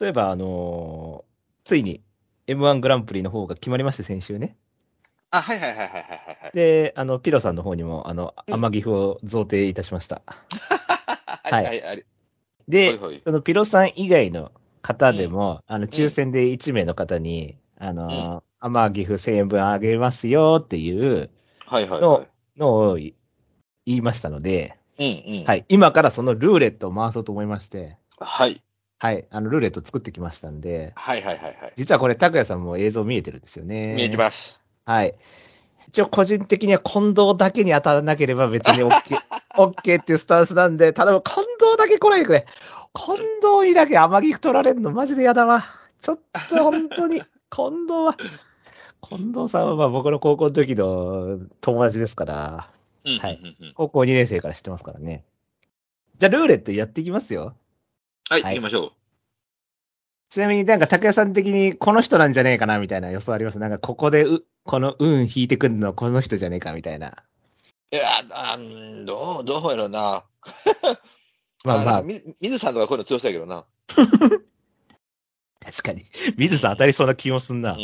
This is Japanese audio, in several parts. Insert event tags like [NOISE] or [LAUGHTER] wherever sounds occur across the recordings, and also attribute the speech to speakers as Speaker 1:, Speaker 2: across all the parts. Speaker 1: 例えば、あのーついに M1 グランプリの方が決まりまして、先週ね。
Speaker 2: あ、はいはいはいはいはいはい。
Speaker 1: で、あの、ピロさんの方にも、あの、
Speaker 2: うん
Speaker 1: 甘岐阜を贈呈いたしました。
Speaker 2: はいはいはい。
Speaker 1: で、
Speaker 2: ほいほい
Speaker 1: そのピロさん以外の方でも、あの、抽選で1名の方に、あのー甘岐阜1000円分あげますよっていう
Speaker 2: はいはいは
Speaker 1: ののをい言いましたので、
Speaker 2: い。うんうん。。
Speaker 1: はいい、今からそのルーレットを回そうと思いまして、
Speaker 2: はい。
Speaker 1: はい、あの、ルーレット作ってきましたんで、
Speaker 2: はいはいはいはい。
Speaker 1: 実はこれ、拓也さんも映像見えてるんですよね。
Speaker 2: 見えてます。
Speaker 1: はい。一応個人的には近藤だけに当たらなければ別に OK, OK っていうスタンスなんで、頼む、近藤だけ来ないでくれ。近藤にだけ甘木取られるのマジで嫌だわ。ちょっと本当に、近藤は、近藤さんはまあ僕の高校の時の友達ですから、
Speaker 2: うん
Speaker 1: はい
Speaker 2: うんうんうん。
Speaker 1: 高校2年生から知ってますからね。じゃあルーレットやっていきますよ。
Speaker 2: はい、
Speaker 1: はい
Speaker 2: 行きましょう。
Speaker 1: ちなみになんか、拓也さん的にこの人なんじゃねえかなみたいな予想ありますなんか、ここでう、この運引いてくるのこの人じゃねえかみたいな。
Speaker 2: いや、あーうんどう、どうやろうな。
Speaker 1: まあま
Speaker 2: な
Speaker 1: あ
Speaker 2: んか、み水さんとかこういうの強そうやけどな。
Speaker 1: 確かに。 [LAUGHS] 水さん当たりそうな気もすん
Speaker 2: う
Speaker 1: な。
Speaker 2: ん。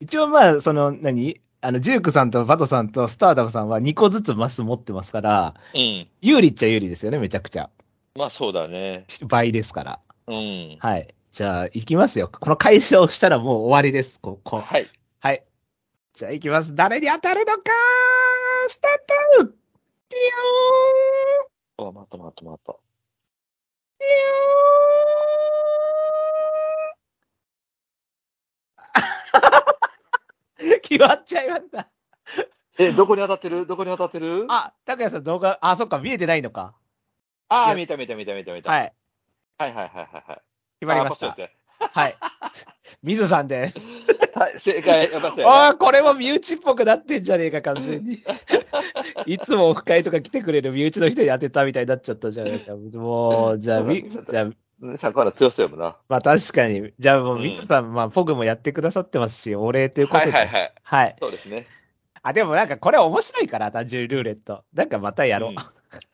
Speaker 1: 一応まあ、その、何あの、ジュークさんとバトさんとスターダムさんは2個ずつマス持ってますから、
Speaker 2: うん。
Speaker 1: 有利っちゃ有利ですよね、めちゃくちゃ。
Speaker 2: まあそうだね。
Speaker 1: 倍ですから。
Speaker 2: うん。
Speaker 1: はい。じゃあ、行きますよ。この会社をしたらもう終わりです。ここ。
Speaker 2: はい。
Speaker 1: はい。じゃあ、行きます。誰に当たるのかスタートピヨ
Speaker 2: お、待った待った待った。
Speaker 1: ーンピヨーン [LAUGHS] 決まっちゃいました。
Speaker 2: え、どこに当たってるどこに当たって [LAUGHS] る
Speaker 1: あ、拓也さん動画、あ、そっか、見えてないのか。
Speaker 2: あー、見えた見えた見えた見えた見えた。。
Speaker 1: はいい。
Speaker 2: はいはいはいはいはい。
Speaker 1: 決まりました
Speaker 2: あパ。スやっ
Speaker 1: はい。 [LAUGHS] 水さん
Speaker 2: [LAUGHS]
Speaker 1: です。
Speaker 2: てはい、正解。やっぱそうやな
Speaker 1: ああ、これも身内っぽくなってんじゃねえか、完全に。 [LAUGHS] いつもオフ会とか来てくれる身内の人に当てたみたいになっちゃったじゃねえか。もう、じゃあ、みじゃあ、
Speaker 2: うんさっきから強そうやもんな。
Speaker 1: まあ確かに。じゃあもう、
Speaker 2: うん
Speaker 1: 水さん、まあ、僕もやってくださってますし、お礼ということ
Speaker 2: は
Speaker 1: で。
Speaker 2: いはいはい。
Speaker 1: はい
Speaker 2: そうですね。
Speaker 1: あ、でもなんかこれ面白いから、単純にルーレット。なんかまたやろう。
Speaker 2: うん
Speaker 1: [LAUGHS]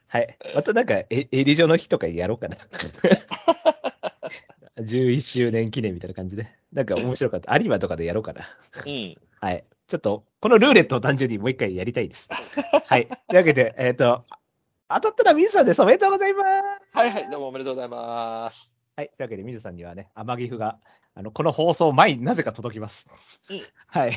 Speaker 1: はい。またなんか、え、エリジョの日とかやろうか
Speaker 2: [LAUGHS]
Speaker 1: な。11周年記念みたいな感じで。なんか面白かった。有馬とかでやろうかな。
Speaker 2: うん。
Speaker 1: はい。ちょっと、このルーレットを単純にもう一回やりたいです。はい。というわけで、えっ、と、当たったら水さんです。おめでとうございます。
Speaker 2: はいはい、どうもおめでとうございます。
Speaker 1: はい。というわけで、水さんにはね、天岐阜が、あの、この放送前になぜか届きます
Speaker 2: うん。
Speaker 1: [LAUGHS] はい。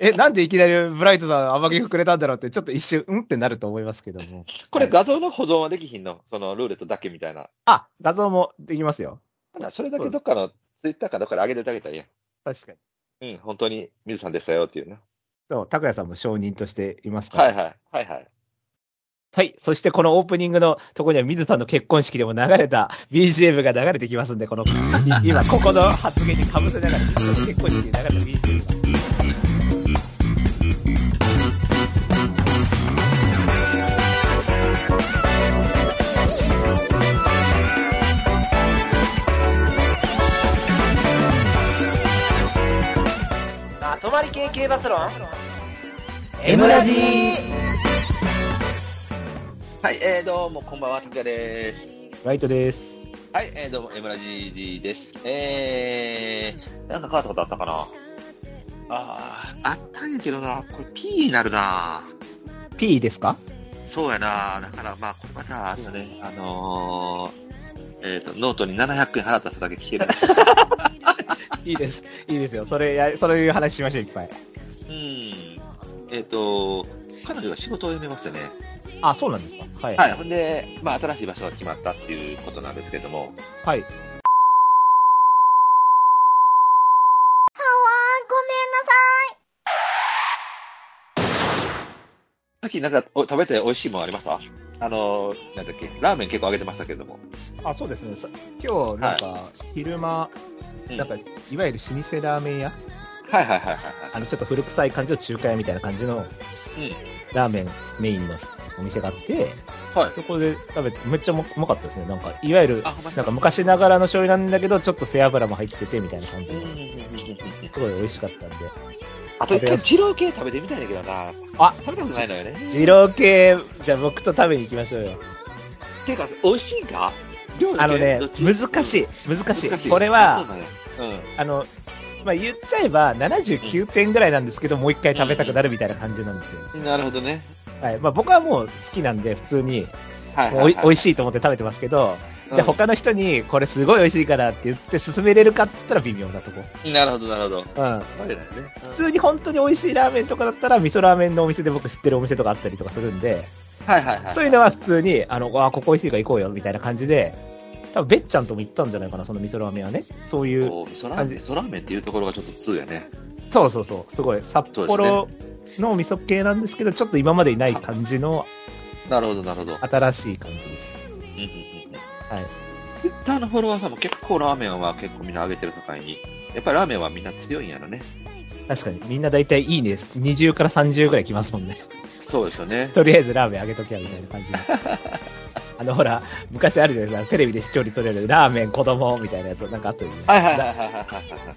Speaker 1: え、なんでいきなりブライトさん天岐阜くれたんだろうって、ちょっと一瞬、うんってなると思いますけども。
Speaker 2: これ画像の保存はできひんのそのルーレットだけみたいな。
Speaker 1: あ、画像もできますよ。
Speaker 2: ほなそれだけどっかのツイッターかどっかで上げていただけたらいい
Speaker 1: 確かに。
Speaker 2: やん。うん、本当に水さんでしたよっていうな。
Speaker 1: そう、拓也さんも承認としていますから。
Speaker 2: はいはい。はいはい。
Speaker 1: はい。そしてこのオープニングのとこには水さんの結婚式でも流れた BGM が流れてきますんで、この、今ここの発言にかぶせながら、結婚式で流れた BGM が。
Speaker 3: まとまり系系バスロン
Speaker 1: M ラジ
Speaker 2: はい、えー、どうもこんばんは、たくやです。
Speaker 1: ライトです。
Speaker 2: はい、えー、どうも、エムラジーです。えー、なんか変わったことあったかなああ、あったんやけどな、これ P になるな。
Speaker 1: P ですか
Speaker 2: そうやな、だからまあ、これまたあるよね、あのー、えっ、と、ノートに700円払った人だけ聞ける。
Speaker 1: いいです。いいですよ。それや、そういう話しましょう、いっぱい。
Speaker 2: うん。えっ、と、彼女が仕事を辞めましてね。
Speaker 1: あ、そうなんですかはい。
Speaker 2: はい、ほんで、まあ、新しい場所が決まったっていうことなんですけども。
Speaker 1: はい。
Speaker 2: さっきなんかお食べて美味しいもんありましたあのー、なんだっけ、ラーメン結構あげてましたけども。
Speaker 1: あ、そうですね。さ今日、なんか、昼間、
Speaker 2: うん
Speaker 1: なんか、いわゆる老舗ラーメン屋、
Speaker 2: はいはいはいはいはい。
Speaker 1: あの、ちょっと古臭い感じの中華屋みたいな感じの、ラーメンメインのお店があって、
Speaker 2: はい
Speaker 1: そこで食べて、めっちゃうまうまかったですね。なんか、いわゆる、
Speaker 2: あ、ほんまに
Speaker 1: なんか昔ながらの醤油なんだけど、ちょっと背脂も入っててみたいな感じ
Speaker 2: うんうん
Speaker 1: の
Speaker 2: うんうんうんうん
Speaker 1: すごい美味しかったんで。
Speaker 2: あと一回、二郎系食べてみたいんだけどな。
Speaker 1: あ
Speaker 2: 食べたことないのよね。
Speaker 1: 二郎系、じゃあ僕と食べに行きましょうよ。
Speaker 2: ていうか、美味しいんか両
Speaker 1: あのね
Speaker 2: どっ、ち
Speaker 1: 難しい、難しい。これ
Speaker 2: そう
Speaker 1: は、
Speaker 2: だねうん
Speaker 1: あの、まあ、言っちゃえば79点ぐらいなんですけど、もう一回食べたくなるみたいな感じなんですよ。
Speaker 2: なるほどね。
Speaker 1: はい。まあ、僕はもう好きなんで、普通に、
Speaker 2: はいはい
Speaker 1: おい美味
Speaker 2: しい。
Speaker 1: しいと思って食べてますけど、
Speaker 2: うん
Speaker 1: じゃあ他の人に、これすごい美味しいからって言って勧めれるかって言ったら微妙なとこ。
Speaker 2: なるほど、なるほど。
Speaker 1: うん。
Speaker 2: そうですね。
Speaker 1: 普通に本当に美味しいラーメンとかだったら、味噌ラーメンのお店で僕知ってるお店とかあったりとかするんで、
Speaker 2: はいはいはい。
Speaker 1: そういうのは普通に、あの、わあ、ここ美味しいから行こうよ、みたいな感じで、多分べっちゃんとも行ったんじゃないかな、その味噌ラーメンはね。そういう、
Speaker 2: こう味噌ラーメン、味噌ラーメンっていうところがちょっと通やね。
Speaker 1: そうそうそう、すごい、札幌の味噌系なんですけど、ちょっと今までにない感じの
Speaker 2: なるほど、なるほど。
Speaker 1: 新しい感じです。
Speaker 2: うんうんうん。
Speaker 1: はい。
Speaker 2: ツイッターのフォロワーさんも結構ラーメンは結構みんな上げてるとかに、やっぱりラーメンはみんな強いんやろね。
Speaker 1: 確かに、みんな大体いいね、20から30ぐらい来ますもんね。 [LAUGHS]
Speaker 2: そうですよね。
Speaker 1: とりあえずラーメンあげときゃ、みたいな感じで。 [LAUGHS] あの、ほら、昔あるじゃないですか、テレビで視聴率取れる、ラーメン子供、みたいなやつ、なんかあったよね。
Speaker 2: はいはいはいはいはいはい。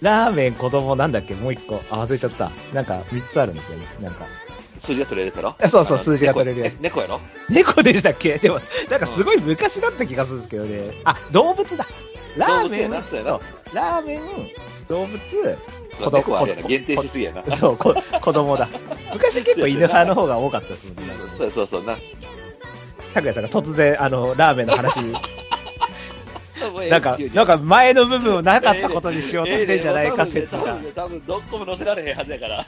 Speaker 1: ラーメン子供なんだっけもう一個。あ、忘れちゃった。なんか、三つあるんですよね。なんか。
Speaker 2: 数字が取れるやつやろ
Speaker 1: あそうそう
Speaker 2: あの
Speaker 1: 数字が取れるやつ
Speaker 2: 猫猫やろ
Speaker 1: 猫でしたっけでも、なんかすごい昔だった気がするんですけどね。あ、動物だ。ラーメン、
Speaker 2: 動物やなそうやな
Speaker 1: そうラーメン、動物、
Speaker 2: そう猫はあれやな
Speaker 1: 子供
Speaker 2: 限定しすぎやな。そ
Speaker 1: そう、こ子供だ。昔結構犬派の方が多かったですもんね。
Speaker 2: うやそうそうな。
Speaker 1: 拓也さんが突然、あの、ラーメンの話、なんか、なんか
Speaker 2: か、
Speaker 1: 前の部分をなかったことにしようとしてんじゃないか説
Speaker 2: 多
Speaker 1: が
Speaker 2: 分。ね多分ねどっこも載せられへんはずやから。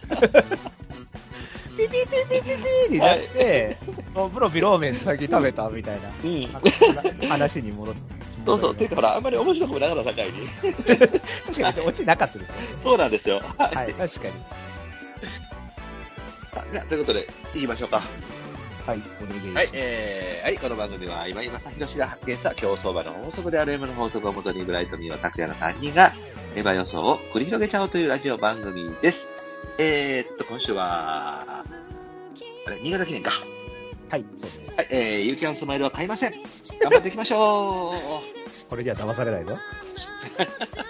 Speaker 1: ピピピピピピになって、もうブロビローメン先食べたみたいな。
Speaker 2: うん。
Speaker 1: 話に戻って。
Speaker 2: そうそう。て [LAUGHS] かほら、あんまり面白くもなかった、境に。
Speaker 1: 確かに、落ちなかったですね。
Speaker 2: [LAUGHS] そうなんですよ。
Speaker 1: はい、確かに。
Speaker 2: さ [LAUGHS] あじゃあということで、行きましょうか。
Speaker 1: はい、お願いしま
Speaker 2: は
Speaker 1: す
Speaker 2: い、えー、はい、この番組は、今井正弘氏が発見した競走馬の法則である M の法則をもとに、ブライトミーは拓也の3人が、エヴァ予想を繰り広げちゃおうというラジオ番組です。えー、っと、今週は、あれ、新潟記念か。
Speaker 1: はい、そうです。
Speaker 2: はい、えー、ユーキャンスマイルは買いません。頑張っていきましょう。 [LAUGHS]
Speaker 1: これには騙されないぞ。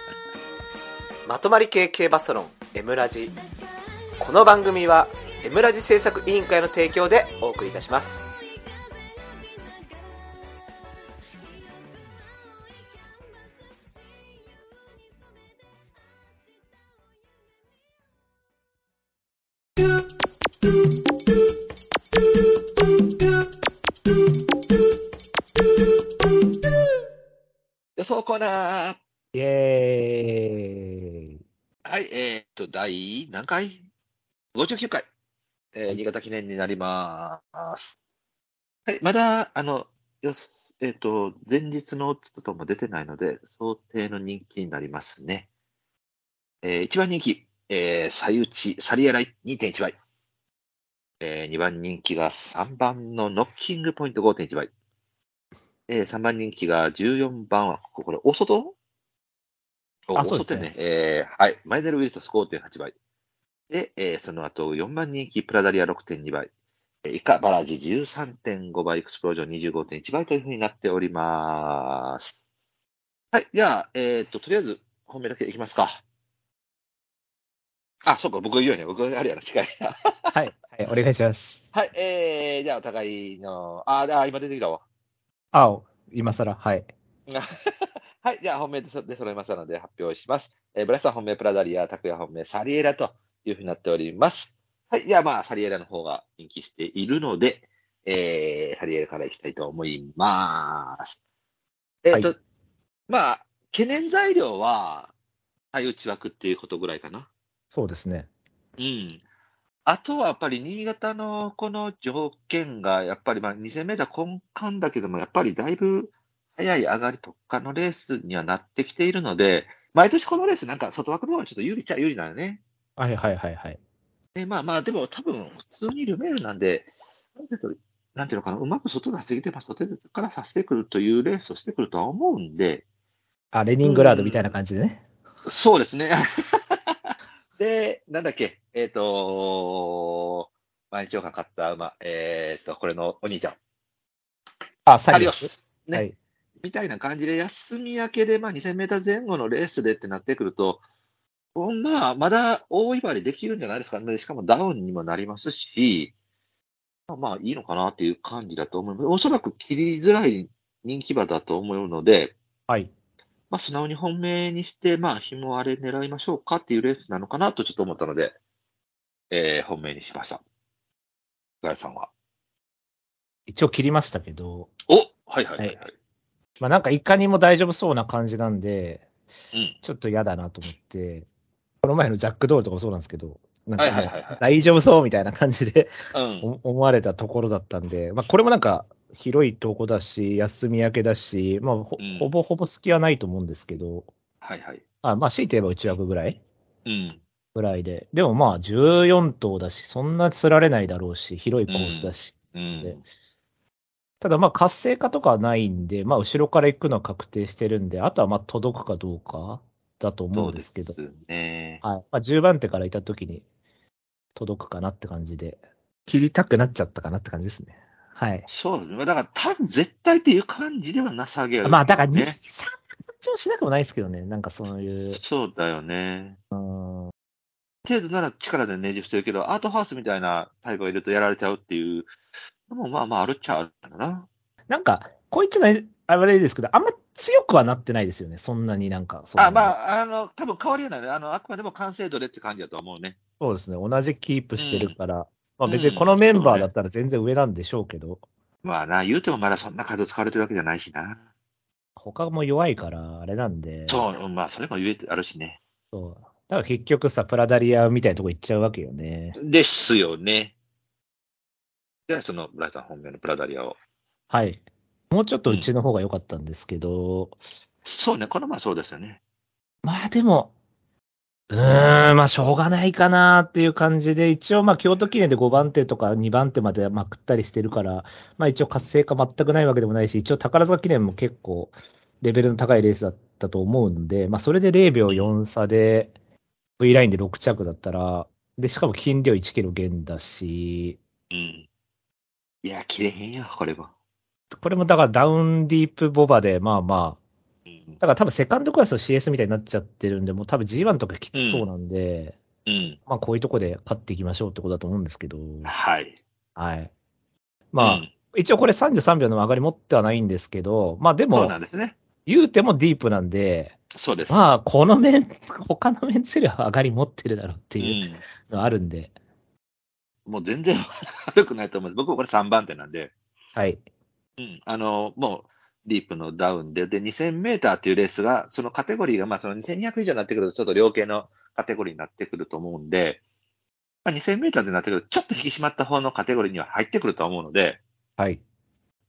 Speaker 3: [LAUGHS] まとまり系系バスロン M ラジこの番組は M ラジ制作委員会の提供でお送りいたします
Speaker 2: 予想コーナー。
Speaker 1: イエーイ。
Speaker 2: はい、えー、っと、第何回 ?59 回。えー、新潟記念になります。はい、まだ、あの、よす、えーっと、前日のオッズとかも出てないので、想定の人気になりますね。えー、1番人気、えー、サユチ、サリエライ2.1倍。えー、2番人気が3番のノッキングポイント5.1倍。えー、3番人気が14番は、ここ、これ、大外お
Speaker 1: あそうですね
Speaker 2: 大外えーはい。マイネル・ウィルトス5.8倍。で、えーその後、4番人気、プラダリア6.2倍。えー以下、バラジ13.5倍、エクスプロージョン25.1倍というふうになっております。はい。じゃあ、えっ、と、とりあえず、本命だけいきますか。あ、そうか、僕が言うよね。僕が [LAUGHS] あるやな、司会者。
Speaker 1: はい、はい、お願いします。
Speaker 2: はい、えー、じゃあ、お互いの、あ、あ、今出てきたわ。
Speaker 1: 青、今更、はい。
Speaker 2: はい、じゃあ本命でそ出揃いましたので発表します。えーブラスは本命プラダリア、タクヤ本命サリエラというふうになっております。はい、じゃあまあサリエラの方が人気しているので、えー、サリエラからいきたいと思います。えっ、と、
Speaker 1: は
Speaker 2: まあ、懸念材料は、対内枠っていうことぐらいかな。
Speaker 1: そうですね。
Speaker 2: うん。あとはやっぱり新潟のこの条件が、やっぱりまあ2000メーター根幹だけども、やっぱりだいぶ早い上がり特化のレースにはなってきているので、毎年このレースなんか外枠の方がちょっと有利っちゃ有利なのね。
Speaker 1: はい、はい、はい、はい。
Speaker 2: で、まあまあ、でも多分普通にルメールなんで、ある程度なんていうのかな、うまく外出してきてます。外からさせてくるというレースをしてくるとは思うんで、
Speaker 1: あ、レニングラードみたいな感じでね。
Speaker 2: そうですね。で、なんだっけ、えっ、と毎日王冠買った馬、えっ、と、これのお兄ちゃん、
Speaker 1: あ、サ
Speaker 2: ア
Speaker 1: リ
Speaker 2: リ
Speaker 1: オ
Speaker 2: オ
Speaker 1: ス。
Speaker 2: ス。ね
Speaker 1: はい。
Speaker 2: みたいな感じで、休み明けで、まあ、2000メーター前後のレースでってなってくると、まあ、まだ大威張りできるんじゃないですかね。しかもダウンにもなりますし、まあ、まあいいのかなっていう感じだと思います。おそらく切りづらい人気馬だと思うので、
Speaker 1: はい。
Speaker 2: まあ、素直に本命にして、まあ、紐あれ狙いましょうかっていうレースなのかなとちょっと思ったので、えー本命にしました。ガヤさんは。
Speaker 1: 一応切りましたけど、
Speaker 2: おはいはいはい、はい
Speaker 1: はまあなんかいかにも大丈夫そうな感じなんで、
Speaker 2: うん
Speaker 1: ちょっと嫌だなと思って、この前のジャックドールとかもそうなんですけど、なんか
Speaker 2: はいはいはいはい
Speaker 1: 大丈夫そうみたいな感じで
Speaker 2: うん。
Speaker 1: お思われたところだったんで、まあこれもなんか広いとこだし、休み明けだし、まあほ
Speaker 2: うん
Speaker 1: ほぼほぼ隙はないと思うんですけど、
Speaker 2: はいはい。
Speaker 1: あまあ強いて言えば内枠ぐらい
Speaker 2: うん。
Speaker 1: ぐらいで、でもまあ14頭だし、そんな釣られないだろうし、広いコースだし、
Speaker 2: うん。
Speaker 1: ただまあ活性化とかはないんで、まあ後ろから行くのは確定してるんで、あとはまあ届くかどうかだと思
Speaker 2: そううんで
Speaker 1: ですすけど、
Speaker 2: ね。
Speaker 1: はい。まあ10番手からいた時に届くかなって感じで、切りたくなっちゃったかなって感じですね。はい。
Speaker 2: そうですね。だから、単絶対っていう感じではなさげ
Speaker 1: まあだから2、3
Speaker 2: ね。
Speaker 1: 感じもしなくもないですけどね、なんかそういう、
Speaker 2: そうだよね。程度なら力でねじ伏せるけど、アートハウスみたいなタイプがいるとやられちゃうっていうのも、まあまあ、あるっちゃあるんだな。
Speaker 1: なんか、こう言っちゃない、あれですけど、あんま強くはなってないですよね、そんなになんか。そう
Speaker 2: あまあ、あの、多分変わりはないね。あの、あくまでも完成度でって感じだと思うね。
Speaker 1: そうですね、同じキープしてるから、まあ
Speaker 2: うん
Speaker 1: 別にこのメンバーだったら全然上なんでしょうけど、
Speaker 2: まあな、言うてもまだそんな数使われてるわけじゃないしな。
Speaker 1: 他も弱いから、あれなんで。
Speaker 2: そう、うんまあ、それも言えてあるしね。
Speaker 1: そう。だから結局さ、プラダリアみたいなとこ行っちゃうわけよね。
Speaker 2: ですよね。じゃあ、その、ブライさん本命のプラダリアを。
Speaker 1: はい。もうちょっとうちの方が良かったんですけど、
Speaker 2: そうね、この前そうですよね。
Speaker 1: まあでも、うーん、まあしょうがないかなっていう感じで、一応まあ京都記念で5番手とか2番手までまくったりしてるから、まあ一応活性化全くないわけでもないし、一応宝塚記念も結構レベルの高いレースだったと思うんで、まあそれで0秒4差で V ラインで6着だったら、で、しかも金量1キロ減だし、
Speaker 2: うん。いや、切れへんよ、これは。
Speaker 1: これもだからダウンディープボバで、まあまあ、
Speaker 2: うん。
Speaker 1: だから多分セカンドクラスの CS みたいになっちゃってるんで、もう多分 G1 とかきつそうなんで、
Speaker 2: うん。
Speaker 1: まあこういうとこで勝っていきましょうってことだと思うんですけど、
Speaker 2: はい。
Speaker 1: はい。まあ、
Speaker 2: うん
Speaker 1: 一応これ33秒の上がり持ってはないんですけど、まあで
Speaker 2: そう
Speaker 1: も
Speaker 2: な、んですね。
Speaker 1: 言うてもディープなんで、
Speaker 2: そうです。
Speaker 1: まあこの面、 [LAUGHS] 他の面ツよりは上がり持ってるだろうって
Speaker 2: う。
Speaker 1: いうんのはあるんで、
Speaker 2: もう全然悪くないと思う。僕はこれ3番手なんで、
Speaker 1: はい。
Speaker 2: うん、あの、もう、ディープのダウンで、で、2000メーターっていうレースが、そのカテゴリーが、まあ、その2200以上になってくると、ちょっと量刑のカテゴリーになってくると思うんで、まあ、2000メーターでなってくると、ちょっと引き締まった方のカテゴリーには入ってくると思うので、
Speaker 1: はい。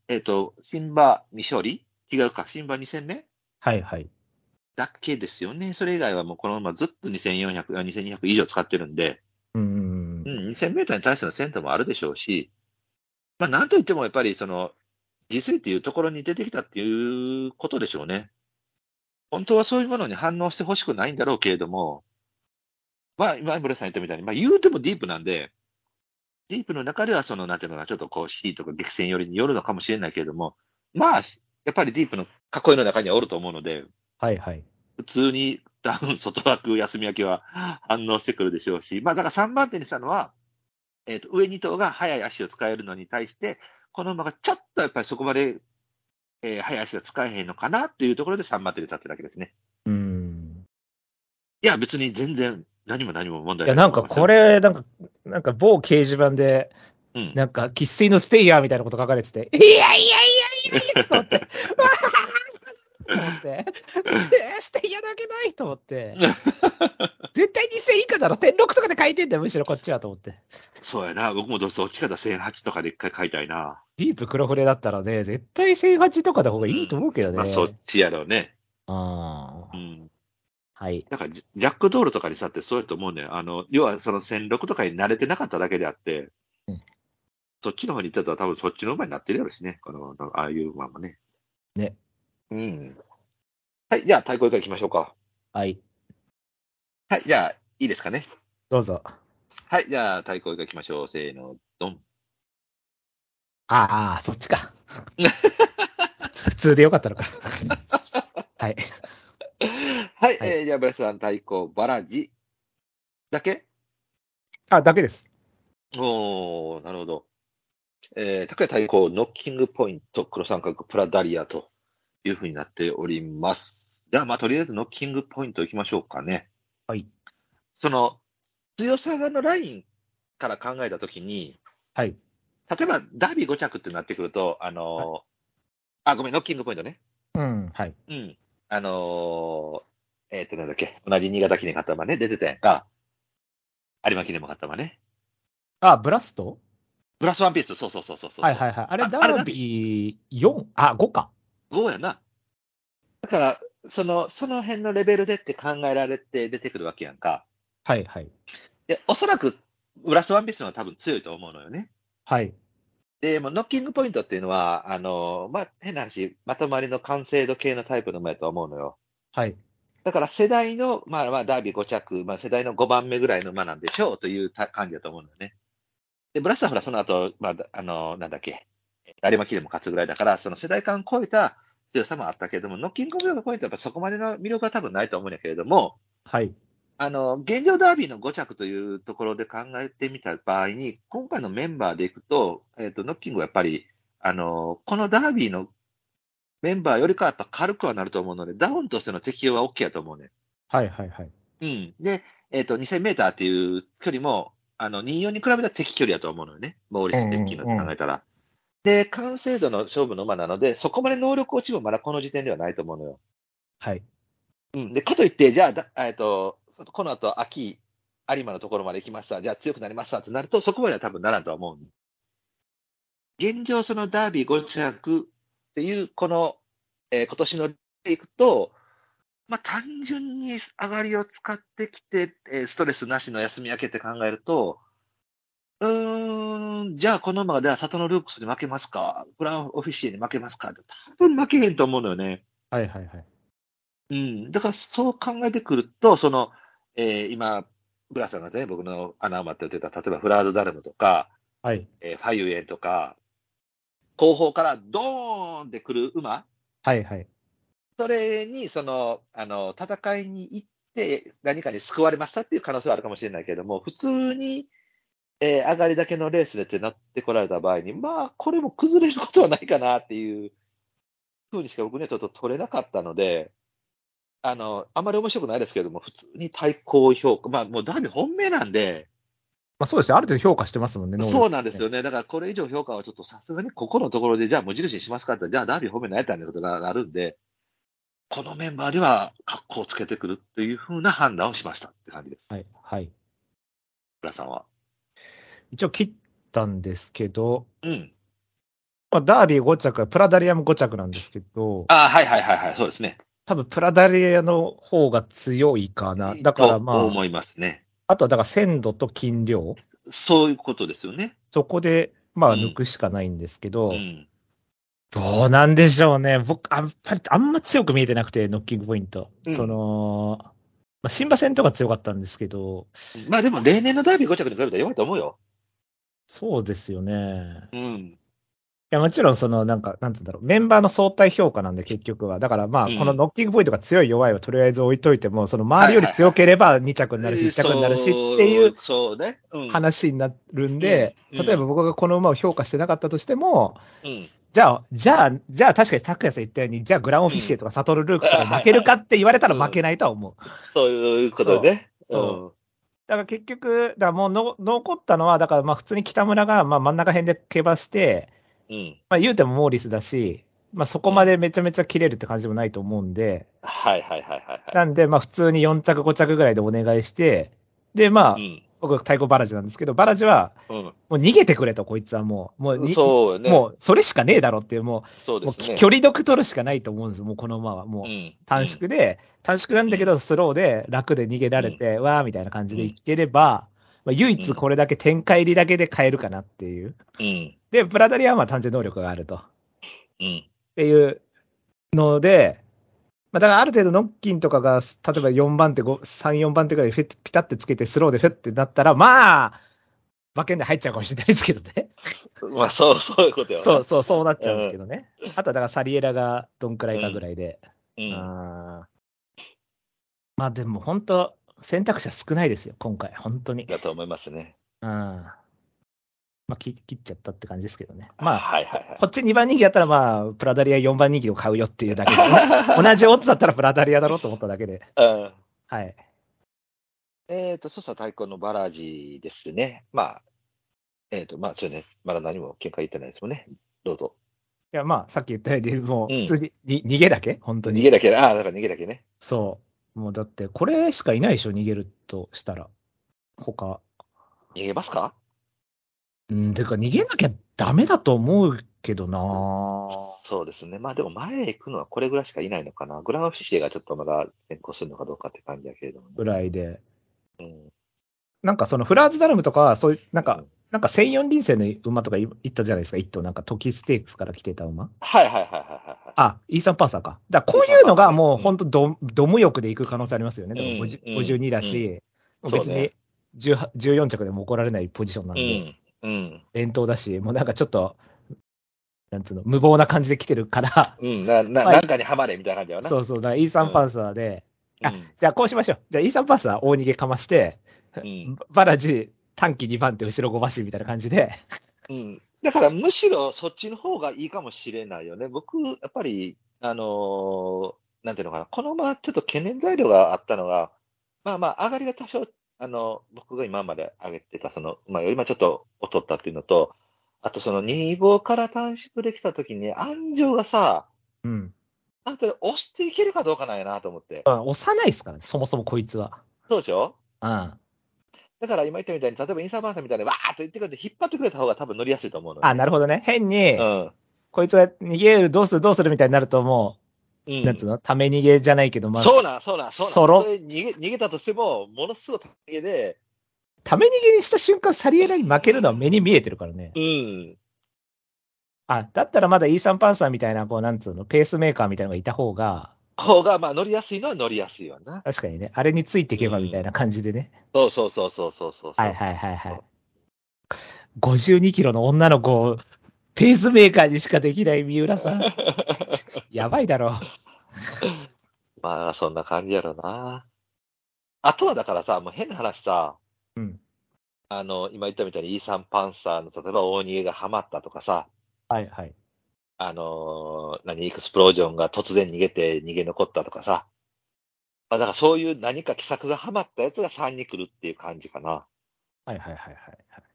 Speaker 2: えっ、と、シンバ未勝利違うか、シンバ2000目
Speaker 1: はいはい。
Speaker 2: だけですよね。それ以外はもうこのままずっと2400、あ2200以上使ってるんで、
Speaker 1: うん。
Speaker 2: うん、2000メーターに対してのセンターもあるでしょうし、まあ、なんといってもやっぱりその、G3 っていうところに出てきたっていうことでしょうね。本当はそういうものに反応してほしくないんだろうけれども、まあ、今、村さん言ったみたいに、まあ、言うてもディープなんで、ディープの中では、その、なんていうのかな、ちょっとこう、C とか激戦寄りによるのかもしれないけれども、まあ、やっぱりディープの囲いの中にはおると思うので、
Speaker 1: はいはい。
Speaker 2: 普通にダウン、外枠、休み明けは反応してくるでしょうし、まあ、だから3番手にしたのは、えっと上2頭が速い足を使えるのに対して、この馬がちょっとやっぱりそこまで、えー速い足が使えへんのかなっていうところで3番手で立ってるだけですね。
Speaker 1: うん。
Speaker 2: いや、別に全然、何も何も問
Speaker 1: い
Speaker 2: 題
Speaker 1: や、
Speaker 2: な
Speaker 1: ないん
Speaker 2: と
Speaker 1: か
Speaker 2: 思いま
Speaker 1: こ
Speaker 2: すよ、
Speaker 1: れ、なんか、なんか某掲示板で、
Speaker 2: うん、
Speaker 1: なんか、喫水のステイヤーみたいなこと書かれてて、いやいやいやいやいやと [LAUGHS] 思って、わあと思って、ステステイヤーだけないと思って、絶対2000以下だろ、1 6とかで書いてんだよ、むしろこっちはと思って。
Speaker 2: そうやな、僕もどどっちかだ1008とかで一回買いたいな。
Speaker 1: ディープ黒フレだったらね、絶対1008とかの方がいいと思うけどね。
Speaker 2: まあ、そっちやろうね。
Speaker 1: あ
Speaker 2: う
Speaker 1: ー
Speaker 2: ん
Speaker 1: はい。
Speaker 2: だからジ、ジャックドールとかにしたってそうやと思うねん。あの、要はその1006とかに慣れてなかっただけであって、
Speaker 1: うん
Speaker 2: そっちの方に行ったら多分そっちの馬になってるやろしね。この、ああいう馬もね。
Speaker 1: ね。
Speaker 2: うん。はい、じゃあ、対抗以下行きましょうか。
Speaker 1: はい。
Speaker 2: はい、じゃあ、いいですかね。
Speaker 1: どうぞ。
Speaker 2: はい、じゃあ、対抗以下行きましょう。せーの、ドン。
Speaker 1: あーあー、そっち
Speaker 2: [LAUGHS]
Speaker 1: か。普通でよかったのか。はい。
Speaker 2: はい、えーじゃあ、ブラスさん対抗、バラジだけ
Speaker 1: あ、だけです。
Speaker 2: おー、なるほど。えー、高谷対抗、ノッキングポイント、黒三角、プラダリアというふうになっております。じゃあ、まあ、とりあえずノッキングポイントいきましょうかね。
Speaker 1: はい。
Speaker 2: その、強さがのラインから考えたときに、
Speaker 1: はい。
Speaker 2: 例えばダービー5着ってなってくると、あのーあ、ごめん、ノッキングポイントね。
Speaker 1: うん、はい。
Speaker 2: うん。あのーえっ、と、なんだっけ、同じ新潟記念買った馬ね、出てたやんか。有馬記念も買った馬ね。
Speaker 1: あ、ブラスト
Speaker 2: ブラスワンピース、そうそうそうそうそう。
Speaker 1: はいはいはい。あれ、
Speaker 2: あ
Speaker 1: ダ
Speaker 2: あれ
Speaker 1: ービー4、あ、5か。
Speaker 2: 5やな。だから、その、その辺のレベルでって考えられて出てくるわけやんか。
Speaker 1: はいはい。
Speaker 2: で、おそらく、ブラスワンピースの方が多分強いと思うのよね。
Speaker 1: はい。
Speaker 2: で、もうノッキングポイントっていうのは、あのーまあ、変な話、まとまりの完成度系のタイプの馬やと思うのよ。
Speaker 1: はい。
Speaker 2: だから世代の、まあまあ、ダービー5着、まあ世代の5番目ぐらいの馬なんでしょうというた感じだと思うんだよね。で、ブラスターはほら、その後、まあ、だあの、なんだっけ、有馬記念も勝つぐらいだから、その世代間を超えた強さもあったけれども、ノッキングオブヨーポイントはやっぱそこまでの魅力は多分ないと思うんだけれども、
Speaker 1: はい。
Speaker 2: あの、現状ダービーの5着というところで考えてみた場合に、今回のメンバーでいくと、えっ、と、ノッキングはやっぱり、あの、このダービーのメンバーよりかはやっぱ軽くはなると思うので、ダウンとしての適用は OK やと思うね。
Speaker 1: はいはいはい。
Speaker 2: うん。で、えっ、と、2000メーターっていう距離も、あの、24に比べたら適距離だと思うのよね。モーリス・テッキーの
Speaker 1: うんうんうん
Speaker 2: 考えたら。で、完成度の勝負の馬なので、そこまで能力落ちもまだこの時点ではないと思うのよ。
Speaker 1: はい。
Speaker 2: うん。で、かといって、じゃあだ、えっ、と、この後、秋、有馬のところまで行きました。じゃあ強くなりましたってなると、そこまでは多分ならんとは思う。現状、そのダービー5着っていう、この、えー今年のでいくと、まあ、単純に上がりを使ってきて、えーストレスなしの休み明けって考えると、うーん、じゃあこの馬が、では、里のルークスに負けますか、ブラウンオフィシエに負けますかって、多分負けへんと思うのよね。
Speaker 1: はいはいはい。
Speaker 2: うん、だからそう考えてくると、その、えー今、ブラさんがね、僕の穴を待って言ってた、例えばフラード・ダルムとか、
Speaker 1: はい。
Speaker 2: えーファイウエンとか、後方からドーンってくる馬、
Speaker 1: はいはい。
Speaker 2: それに、その、あの、戦いに行って、何かに救われましたっていう可能性はあるかもしれないけれども、普通に、えー上がりだけのレースでってなってこられた場合に、まあ、これも崩れることはないかなっていうふうにしか僕にはちょっと取れなかったので、あの、あまり面白くないですけれども、普通に対抗評価、まあ、もうダービー本命なんで、
Speaker 1: まあそうですね。ある程度評価してますもんね。能力
Speaker 2: そうなんですよね。だからこれ以上評価はちょっとさすがにここのところで、じゃあ無印にしますかって、じゃあダービー褒めないったんだことになるんで、このメンバーでは格好をつけてくるっていうふうな判断をしましたって感じです。
Speaker 1: はい。はい。
Speaker 2: 村さんは。
Speaker 1: 一応切ったんですけど、
Speaker 2: うん。
Speaker 1: まあ、ダービー5着、プラダリアも5着なんですけど、
Speaker 2: ああ、はいはいはいはい、そうですね。
Speaker 1: 多分プラダリアの方が強いかな。だからま
Speaker 2: と
Speaker 1: あ、
Speaker 2: 思いますね。
Speaker 1: あとはだから鮮度と筋量、
Speaker 2: そういうことですよね。
Speaker 1: そこで、まあ
Speaker 2: うん
Speaker 1: 抜くしかないんですけど、
Speaker 2: うん。
Speaker 1: どうなんでしょうね。僕、あんまり、あんま強く見えてなくて、ノッキングポイント。
Speaker 2: うん
Speaker 1: その、まあ、新馬戦とか強かったんですけど、
Speaker 2: まあでも例年のダービー5着に比べたら弱いと思うよ。
Speaker 1: そうですよね。
Speaker 2: うん。
Speaker 1: いや、もちろん、その、なんか、なんつうんだろう、メンバーの相対評価なんで、結局は。だから、まあ、
Speaker 2: うん
Speaker 1: このノッキングポイントが強い弱いはとりあえず置いといても、その周りより強ければ2着になるし、1着になるしっていう
Speaker 2: そうそうね。うん。
Speaker 1: 話になるんで、
Speaker 2: うんうん
Speaker 1: 例えば僕がこの馬を評価してなかったとしても、
Speaker 2: うん
Speaker 1: じゃあ、じゃあ、じゃあ確かに拓也さん言ったように、じゃあグランオフィシエとかサトル・ルークスとか負けるかって言われたら
Speaker 2: うん
Speaker 1: 負けないとは思う。
Speaker 2: そういうことでね。
Speaker 1: そう
Speaker 2: うん
Speaker 1: だから結局、だからもうの残ったのは、だからまあ普通に北村がまあ真ん中辺で競馬して、
Speaker 2: うん。
Speaker 1: まあ言うてもモーリスだし、まあそこまでめちゃめちゃ切れるって感じでもないと思うんで、
Speaker 2: はいはいはいはいは
Speaker 1: なんでまあ普通に4着5着ぐらいでお願いして、でまあ
Speaker 2: い。
Speaker 1: 僕太鼓バラジなんですけど、バラジは
Speaker 2: うん。うん。
Speaker 1: もう逃げてくれとこいつはもう、もうに
Speaker 2: そうよね。
Speaker 1: もうそれしかねえだろっていう、もう
Speaker 2: そうで
Speaker 1: もう
Speaker 2: すね。
Speaker 1: 距離読取るしかないと思うんですよ、もうこの馬は。もう
Speaker 2: うん
Speaker 1: 短縮で、短縮なんだけど、スローで楽で逃げられて、わーみたいな感じでいければ、まあ、唯一これだけ展開入りだけで変えるかなっていう。
Speaker 2: うん。
Speaker 1: で、プラダリアはまあ単純能力があると。っ
Speaker 2: うん。
Speaker 1: ていうので、まあ、だからある程度ノッキンとかが、例えば4番手、5 3、4番手ぐらいでフィッピタってつけて、スローでフェってなったら、まあ、馬券で入っちゃうかもしれないですけどね。
Speaker 2: うん。まあ、そう、そういうことよ。
Speaker 1: そう。そう、そうなっちゃうんですけどね。あとはだからサリエラがどんくらいかぐらいで。
Speaker 2: うん。
Speaker 1: あーまあでも本当、選択肢は少ないですよ、今回、本当に。
Speaker 2: だと思いますね。
Speaker 1: うんままあ、切切っちゃったって感じですけどね。まあ、
Speaker 2: はいはいはい。
Speaker 1: こっち2番人気だったら、まあ、プラダリア4番人気を買うよっていうだ
Speaker 2: [LAUGHS]
Speaker 1: けで、同じオッズだったらプラダリアだろうと思っただけで、
Speaker 2: うん
Speaker 1: はい。
Speaker 2: えっ、と、そうそう、太鼓のバラージですね。まあ、えっ、と、まあ、そうね、まだ何も見解言ってないですもんね。どうぞ。
Speaker 1: いや、まあ、さっき言ったように、もう、
Speaker 2: うん
Speaker 1: 普通に、に逃げだけ本当
Speaker 2: 逃
Speaker 1: に。
Speaker 2: げだけ、ああ、だから逃げだけね。
Speaker 1: そう。もう、だって、これしかいないでしょ、逃げるとしたら。他。
Speaker 2: 逃げますか
Speaker 1: うん、てか、逃げなきゃダメだと思うけどな
Speaker 2: そうですね。まあでも前へ行くのはこれぐらいしかいないのかな。グランフィシエがちょっとまだ変更するのかどうかって感じだけれども、
Speaker 1: ぐらいで。
Speaker 2: うん。
Speaker 1: なんか、その、フラーズダルムとかは、そういう、なん
Speaker 2: う
Speaker 1: か、なんか、千四輪生の馬とかい行ったじゃないですか、一頭。なんか、トキステークスから来てた馬。
Speaker 2: はいはいはいはいはい。
Speaker 1: あ、イーサン・パーサーか。だからこういうのがもう
Speaker 2: イーサ
Speaker 1: 本当ど、ど無欲でいく可能性ありますよね。で
Speaker 2: うん
Speaker 1: も50
Speaker 2: うん
Speaker 1: 52だし、
Speaker 2: う
Speaker 1: も
Speaker 2: ん
Speaker 1: う別に18 14着でも怒られないポジションなん
Speaker 2: う
Speaker 1: で、
Speaker 2: ん。うん。
Speaker 1: 連投だし、もうなんかちょっと、なんつうの、無謀な感じで来てるから、
Speaker 2: うん。な、な、
Speaker 1: まあ
Speaker 2: なんかにはまれみたいな感じだよな。。
Speaker 1: そううそう、だからイーサン・パーサーで、あ
Speaker 2: ん。
Speaker 1: じゃあこうしましょう。じゃあイーサン・パーサー大逃げかまして、
Speaker 2: うん。
Speaker 1: ババラジ短期2番手後ろ5馬身みたいな感じで、
Speaker 2: うん。だからむしろそっちの方がいいかもしれないよね。僕、やっぱり、あのーなんていうのかな。このままちょっと懸念材料があったのが、まあまあ、上がりが多少、あの、僕が今まで上げてた、その、まあ、よりもちょっと劣ったっていうのと、あとその2-5から短縮できたときに、安城がさ、
Speaker 1: うん。
Speaker 2: なんて押していけるかどうかなんやなと思って。
Speaker 1: まあ押さないですからね、そもそもこいつは。
Speaker 2: そうでしょ
Speaker 1: うん。
Speaker 2: だから今言ったみたいに、例えばインサーバーさんみたいに、わーっと言ってくれて、引っ張ってくれた方が多分乗りやすいと思うのね
Speaker 1: あ、なるほどね。変に、
Speaker 2: うん。
Speaker 1: こいつは逃げる、どうする、どうするみたいになるともう、
Speaker 2: うん。
Speaker 1: なんつうのため逃げじゃないけど、まあ、
Speaker 2: そうなん、そうなん、そうなん。
Speaker 1: そろ
Speaker 2: それ逃げ逃げたとしても、ものすごい高げで、
Speaker 1: ため逃げにした瞬間、サリエラに負けるのは目に見えてるからね。
Speaker 2: うん。
Speaker 1: あ、だったらまだイーサンパンサーみたいな、こう、なんつうの、ペースメーカーみたいなのがいた方が、
Speaker 2: 方が、まあ、乗りやすいのは乗りやすいわな。
Speaker 1: 確かにね、あれについていけばみたいな感じでね。
Speaker 2: そうそうそうそうそうそう。
Speaker 1: はいはいはいは
Speaker 2: そ。
Speaker 1: いう52キロの女の子を、ペースメーカーにしかできない三浦さん。やばいだろ
Speaker 2: [LAUGHS] まあ、そんな感じやろな。あとはだからさ、もう変な話さ、
Speaker 1: うん
Speaker 2: あの、今言ったみたいに、イーサン・パンサーの、例えば大逃げがハマったとかさ、
Speaker 1: う。はいはい。
Speaker 2: あのー何、エクスプロージョンが突然逃げて逃げ残ったとかさ。まあ、だからそういう何か奇策がハマったやつが3に来るっていう感じかな。
Speaker 1: はいはいはいはい。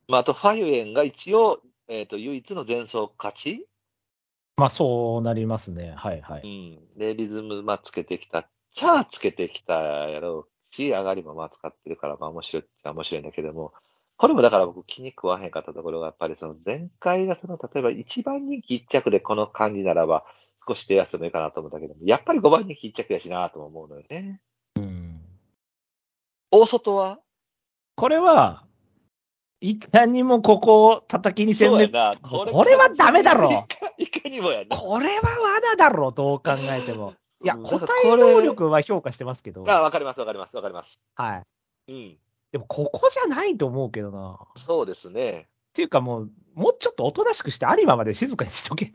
Speaker 2: まあ、あと、ファイエンが一応、えっ、と、唯一の前走勝ち、
Speaker 1: まあ、そうなりますね。はいは
Speaker 2: う
Speaker 1: い。
Speaker 2: ん、で、リズム、まあ、つけてきた、チャーつけてきたやろうし、上がりもまあ、使ってるから、まあ、面白いっちゃ面白いんだけども、これもだから僕気に食わへんかったところが、やっぱりその前回がその、例えば1番人気1着でこの感じならば、少し手安でもいいかなと思ったけども、やっぱり5番人気1着やしなとも思うのよね。
Speaker 1: うん。
Speaker 2: 大外は
Speaker 1: これは、い何もここを叩きにせん
Speaker 2: そう
Speaker 1: で
Speaker 2: やな。
Speaker 1: これはダメだろ
Speaker 2: いかいかにもやな。
Speaker 1: これは罠だろ、どう考えて
Speaker 2: [LAUGHS]
Speaker 1: も。いや、
Speaker 2: うん
Speaker 1: 答
Speaker 2: な
Speaker 1: え
Speaker 2: んかこれ
Speaker 1: 能力は評価してますけど、
Speaker 2: あ、わかります、わかります、わかります。
Speaker 1: はい。
Speaker 2: うん。
Speaker 1: でも、ここじゃないと思うけどな。っ
Speaker 2: そうですね。
Speaker 1: ていうか、もう、もうちょっとおとなしくして、有馬まで静かにしと
Speaker 2: [LAUGHS]
Speaker 1: け。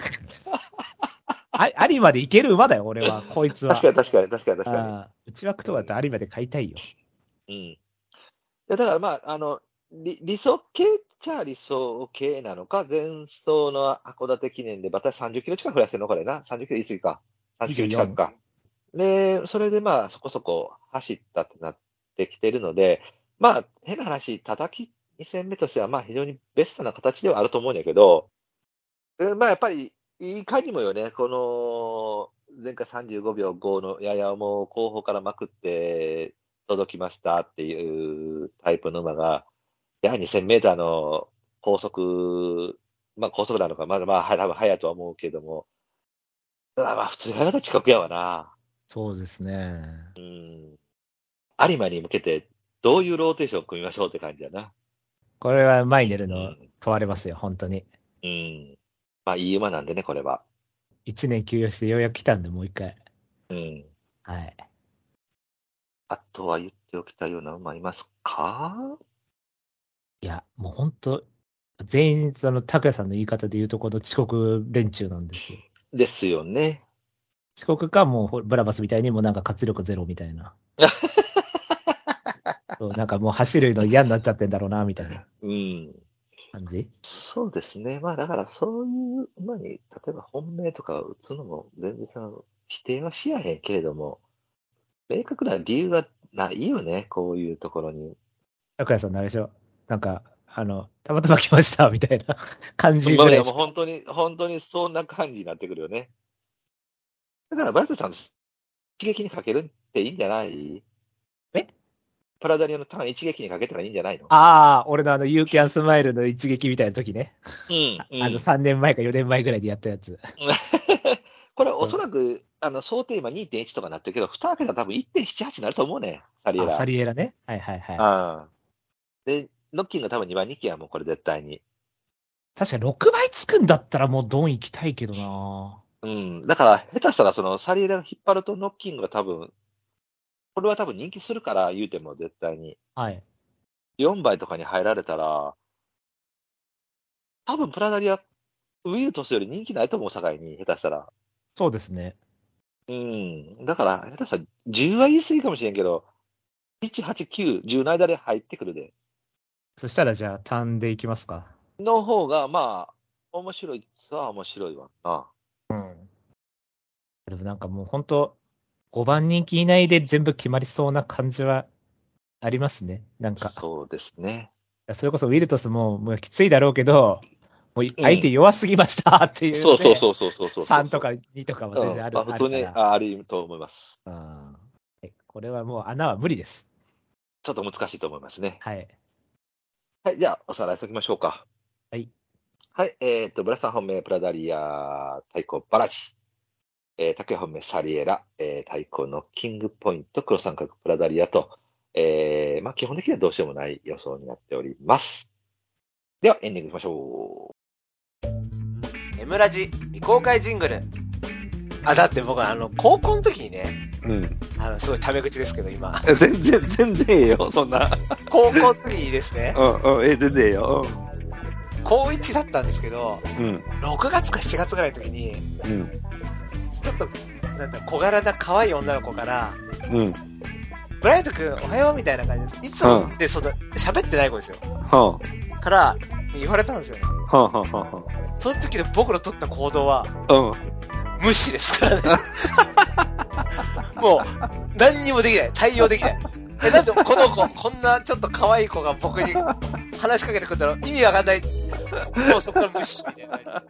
Speaker 1: あ有馬で行ける馬だよ、俺は、こいつは。
Speaker 2: 確かに確かに確かに確か
Speaker 1: ああ内枠とかだって有馬で買いたいよ。
Speaker 2: に。うん。いや、だからまあ、あの、理理想系っちゃ理想系なのか、前走の函館記念でまた30キロ近く増やしてるのこれな。30キロ言い過ぎか。30キロ近くか。で、それでまあ、そこそこ走ったってなってきてるので、まあ、変な話、叩き2戦目としては、まあ、非常にベストな形ではあると思うんやけど、うんまあ、やっぱり、いかにもよね、この、前回35秒5のややも後方からまくって届きましたっていうタイプの馬が、やはり2000メーターの高速、まあ高速なのか、まだまあは多分速いとは思うけども、うわまあ普通に速かった近くやわな。
Speaker 1: そうですね。
Speaker 2: 有馬に向けてどういうローテーションを組みましょうって感じだな。
Speaker 1: これはマイネル
Speaker 2: う
Speaker 1: の
Speaker 2: ん。
Speaker 1: 問われますよ、本当に。
Speaker 2: うん。まあいい馬なんでね、これは。
Speaker 1: 1年休養してようやく来たんで、もう一回。
Speaker 2: うん。
Speaker 1: はい。
Speaker 2: あとは言っておきたいような馬いますか
Speaker 1: いや、もう本当全員、その、拓也さんの言い方で言うとこの遅刻連中なんですよ。
Speaker 2: ですよね。
Speaker 1: 遅刻か、もうほ、ブラバスみたいに、もうなんか活力ゼロみたい
Speaker 2: [LAUGHS]
Speaker 1: な。そうなんかもう走るの嫌になっちゃってんだろうな、みたいな
Speaker 2: うん。
Speaker 1: 感じ。
Speaker 2: そうですね。まあだからそういう馬に、例えば本命とか打つのも全然その否定はしやへんけれども、明確な理由がないよね、こういうところに。
Speaker 1: 中谷さん、あれでしょなんか、あの、たまたま来ました、みたいな感じ
Speaker 2: ま
Speaker 1: ぐ
Speaker 2: あ
Speaker 1: ら
Speaker 2: で
Speaker 1: い
Speaker 2: も本当に、本当にそんな感じになってくるよね。だからバイトさん、一撃にかけるっていいんじゃない
Speaker 1: え
Speaker 2: パラダリオのターン一撃にかけたらいいんじゃないの
Speaker 1: ああ、俺のあの、You Can Smile の一撃みたいな時ね。
Speaker 2: うん
Speaker 1: あ
Speaker 2: うん [LAUGHS]
Speaker 1: あの、3年前か4年前ぐらいでやったやつ。
Speaker 2: これ、おそらく、あの、想定今2.1とかなってるけど、蓋開けたら多分1.78になると思うね、サリエ
Speaker 1: あ
Speaker 2: ラ。
Speaker 1: サリエラね。はいはいはい。
Speaker 2: ああ。で、ノッキンが多分2番2期はもうこれ絶対に。
Speaker 1: 確かに6倍つくんだったらもうドン行きたいけどな
Speaker 2: うん。だから、下手したらそのサリエラが引っ張るとノッキングが多分、これは多分人気するから言うても絶対に。
Speaker 1: はい。
Speaker 2: 4倍とかに入られたら、多分プラダリア、ウィルトスより人気ないと思う、境に、下手したら。
Speaker 1: そうですね。
Speaker 2: うん。だから、下手したら10は言い過ぎかもしれんけど、1、8、9、10の間で入ってくるで。
Speaker 1: そしたらじゃあ、ターンでいきますか。
Speaker 2: の方が、まあ、面白いっつは面白いわな。
Speaker 1: でもなんかもう本当、5番人気以内で全部決まりそうな感じはありますね。なんか、
Speaker 2: そうですね。
Speaker 1: それこそウィルトスももうきついだろうけど、もう相手弱すぎましたっていう、ね
Speaker 2: そうそうそうそうそうそう。
Speaker 1: 3とか2とかは全然ある。
Speaker 2: うんまあ、普通に
Speaker 1: あるから
Speaker 2: あありと思います。
Speaker 1: うんはいこれはもう穴は無理です。
Speaker 2: ちょっと難しいと思いますね。
Speaker 1: はい。
Speaker 2: はい、じゃあ、おさらいしておきましょうか。
Speaker 1: はい。
Speaker 2: はい、えっ、と、ブラさん本命、プラダリア、太鼓、バラシ。えー、竹本命、サリエラ、えー、太鼓のキングポイント、黒三角、プラダリアと、えー、まあ、基本的にはどうしようもない予想になっております。では、エンディングいきましょう。
Speaker 3: エムラジ未公開ジングル。
Speaker 4: あ、だって僕、あの、高校の時にね、
Speaker 2: うん。
Speaker 4: あの、すごいタメ口ですけど、
Speaker 3: [LAUGHS]
Speaker 4: 今。
Speaker 2: 全然、全然ええよ、そんな。
Speaker 4: 高校の時にですね、
Speaker 2: うん、うん、ええ、全然ええよ。
Speaker 4: 高1だったんですけど、
Speaker 2: うん、
Speaker 4: 6月か7月ぐらいの時に、
Speaker 2: うん、
Speaker 4: ちょっと、なんだ、小柄な可愛い女の子から、
Speaker 2: うん、
Speaker 4: ブライト君おはようみたいな感じです。いつもって、その、喋ってない子ですよ。
Speaker 2: はん、は
Speaker 4: から、言われたんですよね。
Speaker 2: ん、はん、は
Speaker 4: その時の僕の取った行動は、
Speaker 2: ん、うん。
Speaker 4: 無視ですからね。もう、何にもできない。対応できない。え、だってこの子、こんなちょっと可愛い子が僕に話しかけてくるんだろう意味わかんない。もうそこから無視みたいな。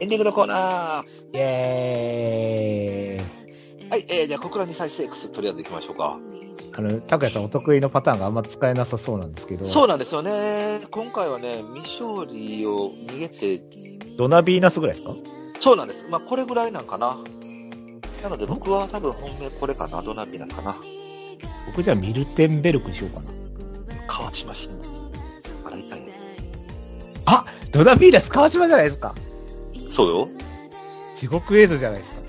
Speaker 2: エンディングのコーナー。
Speaker 1: イエーイ。
Speaker 2: はい、えー、じゃあ、国乱に再生 X、とりあえず行きましょうか。
Speaker 1: あの、拓也さんお得意のパターンがあんま使えなさそうなんですけど、
Speaker 2: そうなんですよね。今回はね、未勝利を逃げて、
Speaker 1: ドナビーナスぐらいですか
Speaker 2: そうなんです。まあ、これぐらいなんかな。なので、僕は多分本命これかな、ドナビなんかな。
Speaker 1: 僕じゃあミルテンベルクにしようかな。
Speaker 2: 川島真司。あれ痛いね。
Speaker 1: ドナビーナス川島じゃないですか。
Speaker 2: そうよ。
Speaker 1: 地獄絵図じゃないです [LAUGHS] か。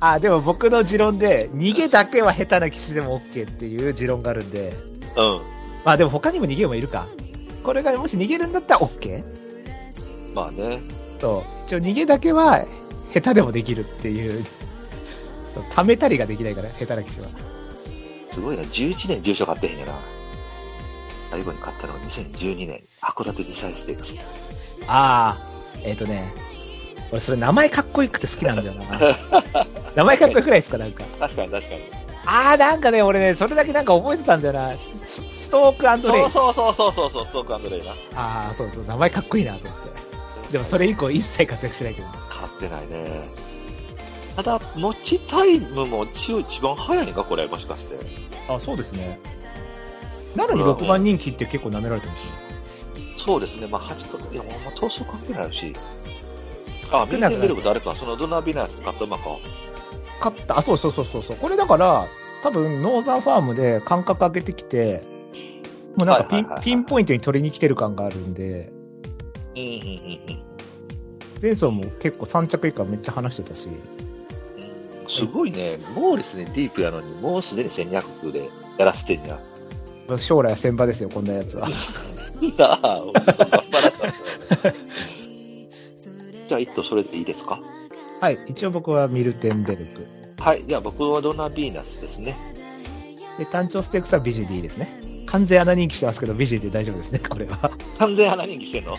Speaker 1: あ、でも僕の持論で、逃げだけは下手な騎士でも OK っていう持論があるんで、まあでも他にも逃げもいるか。これがもし逃げるんだったら OK?
Speaker 2: うん。まあね。
Speaker 1: と、一応逃げだけは下手でもできるっていう、 [LAUGHS] そう溜めたりができないから、下手な騎士は。
Speaker 2: すごいな、11年重賞買ってへんやな。最後に買ったのが2012年、函館リサイステークス。
Speaker 1: ああ、えっ、とね、俺それ名前かっこよくて好きなんだよ [LAUGHS] な。名前かっこよくないですか、なんか。
Speaker 2: 確かに確かに。
Speaker 1: ああ、なんかね、俺ね、それだけなんか覚えてたんだよな。ススストークアンドレイ
Speaker 2: そう。そうそうそうそうそう、ストークアンドレイな。
Speaker 1: ああ、そうそう、名前かっこいいなと思って。でもそれ以降一切活躍してないけど。
Speaker 2: 買ってないね。ただ、持ちタイムも一番早いんか、これ、もしかして。
Speaker 1: あそうですね。なの
Speaker 2: に
Speaker 1: に
Speaker 2: 6
Speaker 1: 6
Speaker 2: 番
Speaker 1: 番人気って結構舐められてますね。
Speaker 2: そうですね、まあ、8と、いや、もう、まあ、闘争関係ないし。あ、ミ
Speaker 1: 少
Speaker 2: ル
Speaker 1: なくない
Speaker 2: テンベルク誰か、そのドナービナース買った馬か。
Speaker 1: 勝った。あ、そうそうそうそうそう。これだから、多分、ノーザンファームで感覚上げてきて、もうなんかピン,、
Speaker 2: はいはいはいはい
Speaker 1: ピンポイントに取りに来てる感があるんで、
Speaker 2: うんうんうん
Speaker 1: 前走も結構3着以下めっちゃ話してたし、
Speaker 2: うん。すごいね、モーリスね、ディープやのに、もうすでに1200区でやらせてんや。
Speaker 1: 将来は先場ですよ、こんなやつ
Speaker 2: [LAUGHS]
Speaker 1: は。
Speaker 2: な [LAUGHS] あ、もうちょっと頑張らないとねじゃあ、一頭それでいいですか
Speaker 1: はい、一応僕はミルテンベルク。
Speaker 2: はい、じゃあ僕はドナ・ヴィーナスですね。
Speaker 1: で、単調ステークスはビジディですね。完全穴人気してますけど、ビジディ大丈夫ですね、これは。 [LAUGHS]
Speaker 2: 完全鼻人気して [LAUGHS] んの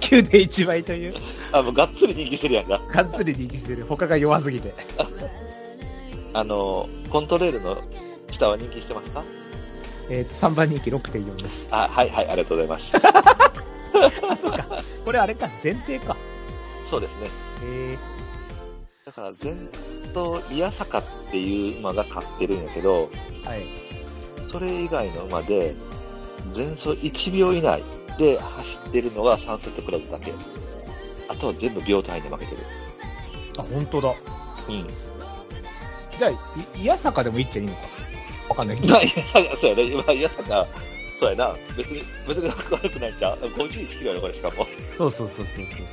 Speaker 1: 9で1倍という、
Speaker 2: あ、もうがっつり人気してるやんか。
Speaker 1: がっつり人気してる。他が弱すぎて。
Speaker 2: あの、コントレールの下は人気してますか
Speaker 1: えっ、と、3番人気6.4です。
Speaker 2: [LAUGHS] あ、はいはい、ありがとうござい [LAUGHS] ます。
Speaker 1: あ、そうか。これあれか、前提か。
Speaker 2: そうですね。
Speaker 1: え
Speaker 2: だから、前頭イヤサカっていう馬が勝ってるんやけど、
Speaker 1: ー、はい。
Speaker 2: それ以外の馬で、前走1秒以内で走ってるのがサンセットクラブだけ。あとは全部秒単位で負けてる。
Speaker 1: あ、本当だ。
Speaker 2: うん。
Speaker 1: じゃあ、いいやさかでもいっちゃいいのか。わかんないけど。
Speaker 2: まあ、いやそうやね。まあ、いやさが、そうやな。別に、別に悪くないんちゃう ?51 キロやろ、これ、しかも。
Speaker 1: [LAUGHS] そうそうそうそうそうそう。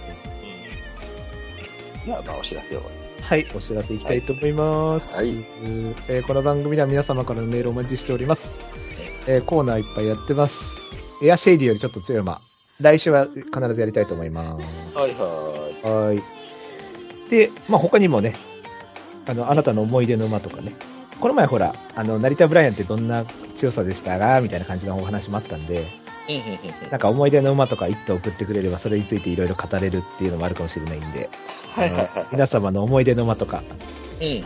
Speaker 2: うん。じゃあ、まあ、お知らせを。
Speaker 1: はい、お知らせいきたいと思います。
Speaker 2: はいはい
Speaker 1: えーこの番組では皆様からのメールをお待ちしております。えーコーナーいっぱいやってます。エアシェイディよりちょっと強い馬。来週は必ずやりたいと思います。
Speaker 2: はいは
Speaker 1: はい。で、まあ、他にもね、あの、あなたの思い出の馬とかね、この前ほら、あの、成田ブライアンってどんな強さでしたかみたいな感じのお話もあったんで、
Speaker 2: い。うんうんうんうん。
Speaker 1: なんか思い出の馬とか一頭送ってくれれば、それについていろいろ語れるっていうのもあるかもしれないんで、
Speaker 2: はいはい
Speaker 1: あの皆様の思い出の馬とか、
Speaker 2: はい。うん。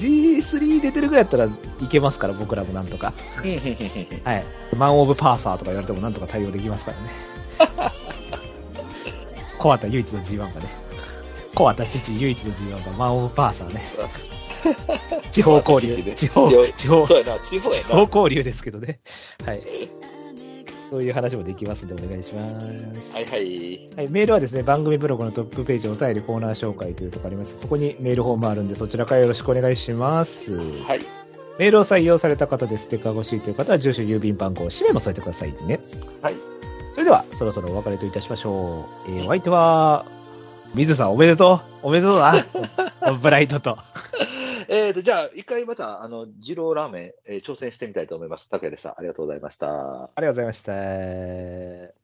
Speaker 1: G3 出てるぐらいだったらいけますから、僕らもなんとか。
Speaker 2: うんうんうんうん
Speaker 1: はい。マン・オブ・パーサーとか言われてもなんとか対応できますからね。
Speaker 2: [LAUGHS]
Speaker 1: コアタ唯一の G1 がね。コアタ父唯一の G1 がマン・オブ・パーサーね。地方交
Speaker 2: [LAUGHS]
Speaker 1: 流、地方、地方、
Speaker 2: そうやな、地方
Speaker 1: 地
Speaker 2: や
Speaker 1: 方
Speaker 2: な。
Speaker 1: 交流ですけどね。はい。そういう話もできますんでお願いします。
Speaker 2: はいはい。
Speaker 1: はい、メールはですね、番組ブログのトップページお便りコーナー紹介というところあります。そこにメールフォームあるんで、そちらからよろしくお願いします。
Speaker 2: はい。
Speaker 1: メールを採用された方でステッカーが欲しいという方は、住所、郵便番号、氏名も添えてくださいね。
Speaker 2: はい。
Speaker 1: それでは、そろそろお別れといたしましょう。えー、お相手は、水さんおめでとうおめでとう
Speaker 2: [LAUGHS]
Speaker 1: だブライトと。
Speaker 2: えーと、じゃあ、一回また、あの、二郎ラーメン、えー挑戦してみたいと思います。竹でした。ありがとうございました。
Speaker 1: ありがとうございました。